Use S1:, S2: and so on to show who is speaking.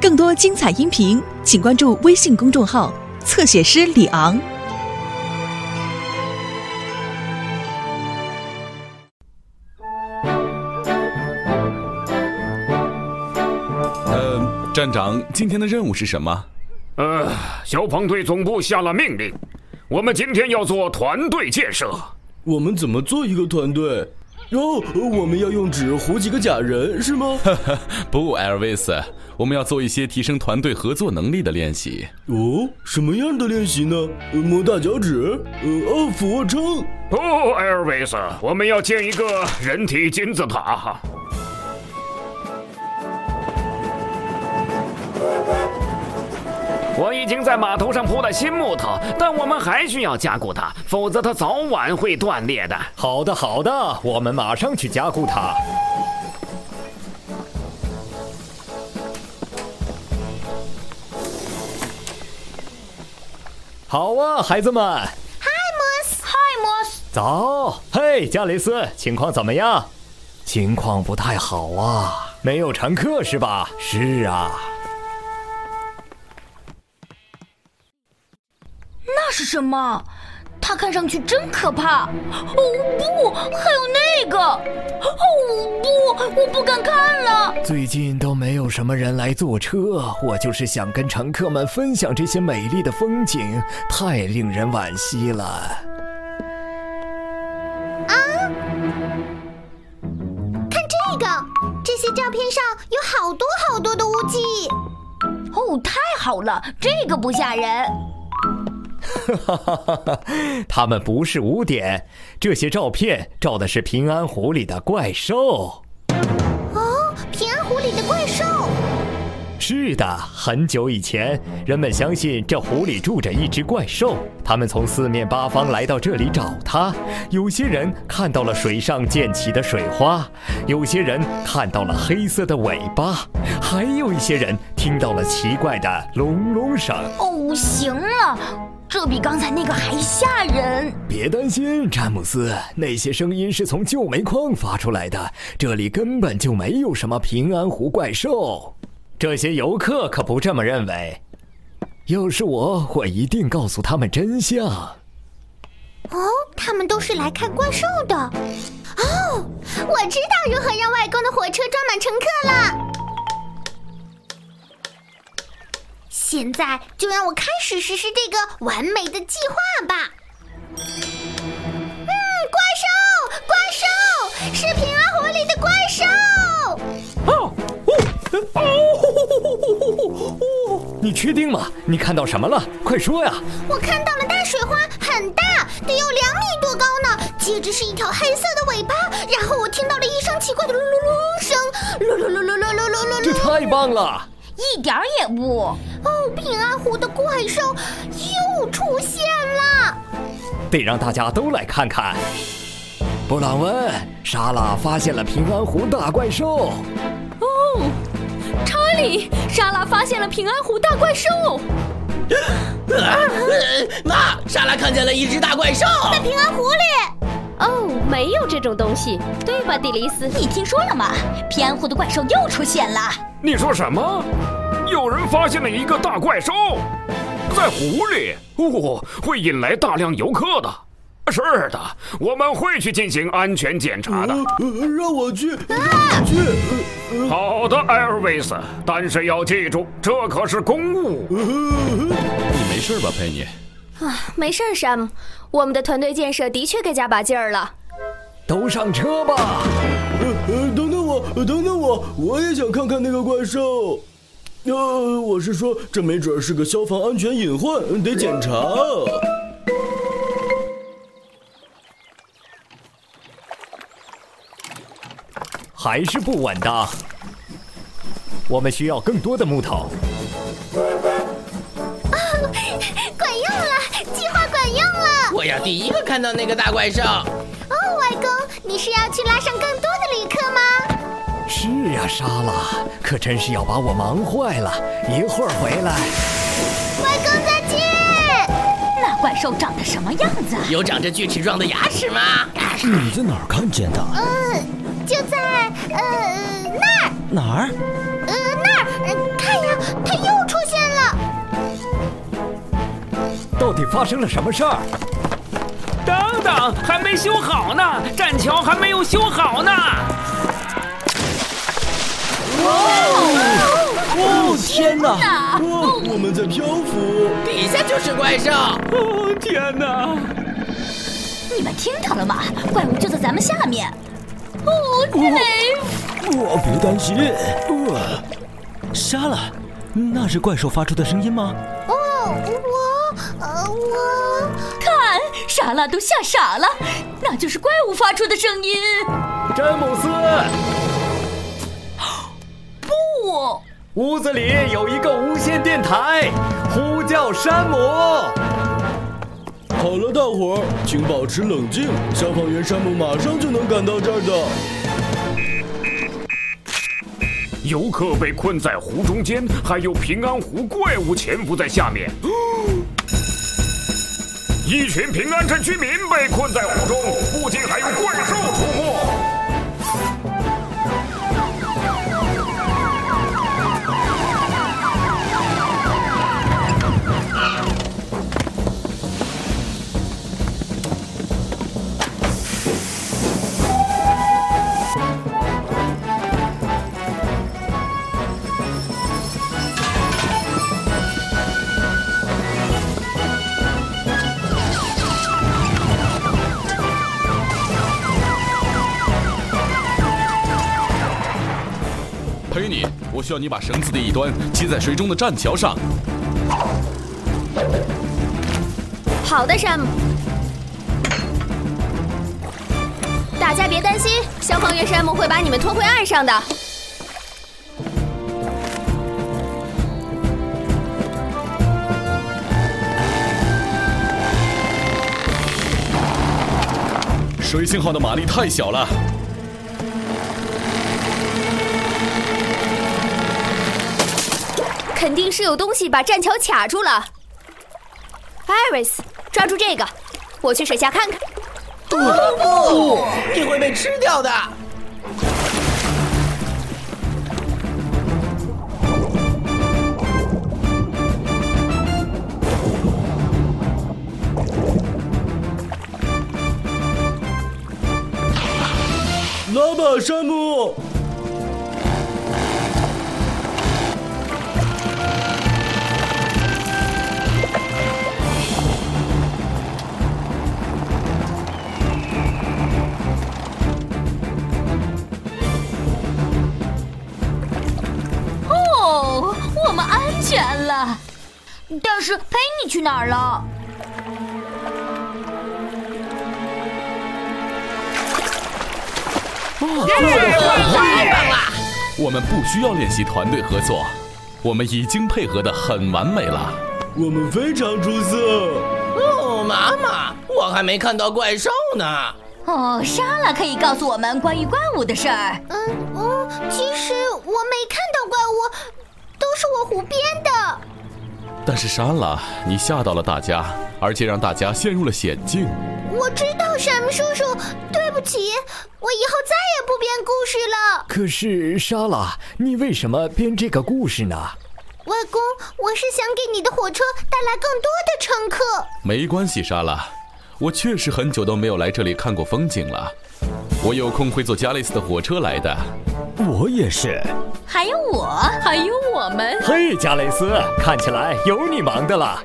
S1: 更多精彩音频，请关注微信公众号“侧写师李昂
S2: 呃，站长，今天的任务是什么？
S3: 呃，消防队总部下了命令，我们今天要做团队建设。
S4: 我们怎么做一个团队？哦，我们要用纸糊几个假人是吗？
S2: 不，艾尔维斯，我们要做一些提升团队合作能力的练习。
S4: 哦，什么样的练习呢？呃摸大脚趾，呃，哦，俯卧撑。
S3: 不、艾尔维斯，哦我们要建一个人体金字塔。我已经在码头上铺了新木头，但我们还需要加固它，否则它早晚会断裂的。
S5: 好的，好的，我们马上去加固它。好啊，孩子们，
S6: 嗨，摩斯，
S5: 早！嘿，加雷斯，情况怎么样？情况不太好啊，没有乘客是吧？是啊，
S6: 那是什么？它看上去真可怕！哦不，还有那个！哦不，我不敢看了。
S5: 最近都没有什么人来坐车，我就是想跟乘客们分享这些美丽的风景，太令人惋惜了。
S7: 这个，这些照片上有好多好多的污迹。
S6: 哦，太好了，这个不吓人。
S5: 哈哈哈哈， 他们不是污点，这些照片照的是平安湖里的怪兽。
S7: 哦，平安湖里的怪兽，
S5: 是的，很久以前，人们相信这湖里住着一只怪兽，他们从四面八方来到这里找它。有些人看到了水上溅起的水花，有些人看到了黑色的尾巴，还有一些人听到了奇怪的隆隆声。
S6: 哦，行了，这比刚才那个还吓人。
S5: 别担心，詹姆斯，那些声音是从旧煤矿发出来的，这里根本就没有什么平安湖怪兽。这些游客可不这么认为。要是我，我一定告诉他们真相。
S7: 哦，他们都是来看怪兽的。哦，我知道如何让外公的火车装满乘客了。现在就让我开始实施这个完美的计划吧。嗯，怪兽，怪兽是平安湖里的怪兽。
S5: 你确定吗？你看到什么了？快说呀！
S7: 我看到了大水花，很大，得有两米多高呢。接着是一条黑色的尾巴，然后我听到了一声奇怪的噜噜噜声，噜噜噜噜噜噜噜噜
S5: 这
S7: 噜。
S5: 太棒了！
S6: 一点儿也不。
S7: 哦，平安湖的怪兽又出现了。
S5: 得让大家都来看看。布朗温，莎拉发现了平安湖大怪兽。
S6: 查理，莎拉发现了平安湖大怪兽。
S8: 妈，莎拉看见了一只大怪兽。
S7: 平安湖里。
S9: 哦，没有这种东西，对吧，迪丽斯？
S6: 你听说了吗？平安湖的怪兽又出现了。
S3: 你说什么？有人发现了一个大怪兽，在湖里，哦，会引来大量游客的。是的，我们会去进行安全检查的。
S4: 呃呃，让我去，让我去。呃
S3: 好的，艾尔维斯，但是要记住，这可是公务。
S4: 呃呃
S2: 你没事吧，佩妮？
S9: 没事儿，山姆，我们的团队建设的确该加把劲儿了。
S5: 都上车吧！
S4: 呃呃，等等我，呃等等我，我也想看看那个怪兽。呃，我是说，这没准是个消防安全隐患，得检查。
S5: 还是不稳当。我们需要更多的木头。
S7: 管用了，计划管用了。
S8: 我要第一个看到那个大怪兽。
S7: 哦，外公，你是要去拉上更多的旅客吗？
S5: 是呀、莎拉，可真是要把我忙坏了。一会儿回来，
S7: 外公再见。
S6: 那怪兽长得什么样子啊？
S8: 有长着锯齿状的牙齿吗？
S4: 你在哪儿看见的？
S7: 嗯，就在呃那儿。
S8: 哪儿？
S7: 嗯，
S5: 底发生了什么事儿？
S10: 等等，还没修好呢，栈桥还没有修好呢。
S4: 哦天哪！哦，我们在漂浮。
S8: 底下就是怪兽，
S10: 哦天哪！
S6: 你们听到了吗？怪物就在咱们下面。哦，对，
S9: 嗯
S4: 哦，别担心。哦，
S11: 杀了，那是怪兽发出的声音吗？
S7: 哦，我呃我
S6: 看，莎拉都吓傻了，那就是怪物发出的声音。
S5: 詹姆 斯，
S6: 不，
S5: 屋子里有一个无线电台，呼叫山姆。
S4: 好了，大伙儿，请保持冷静，消防员山姆马上就能赶到这儿的。
S3: 游客被困在湖中间，还有平安湖怪物潜伏在下面。一群平安镇居民被困在湖中，附近还有怪兽出没。
S2: 陪你，我需要你把绳子的一端接在水中的栈桥上。
S9: 好的，山姆。大家别担心，消防员山姆会把你们拖回岸上的。
S2: 水星号的马力太小了，
S9: 肯定是有东西把栈桥卡住了。Iris，抓住这个，我去水下看看。
S8: 你会被吃掉的。
S4: 来吧，山姆。
S6: 哦，我们安全了。但是佩妮去哪儿了？
S8: 太棒了！
S2: 我们不需要练习团队合作，我们已经配合的很完美了。
S4: 我们非常出色。
S8: 哦，妈妈，我还没看到怪兽呢。
S6: 哦，莎拉可以告诉我们关于怪物的事儿。
S7: 嗯哦，其实我没看到怪物，都是我胡编的。
S2: 但是莎拉，你吓到了大家，而且让大家陷入了险境。
S7: 我知道，山姆叔叔，对不起，我以后再也不编故事了。
S5: 可是莎拉，你为什么编这个故事呢？
S7: 外公，我是想给你的火车带来更多的乘客。
S2: 没关系，莎拉，我确实很久都没有来这里看过风景了。我有空会坐加利斯的火车来的。
S11: 我也是。
S6: 还有我，还有我们。
S5: 嘿，加雷斯，看起来有你忙的了。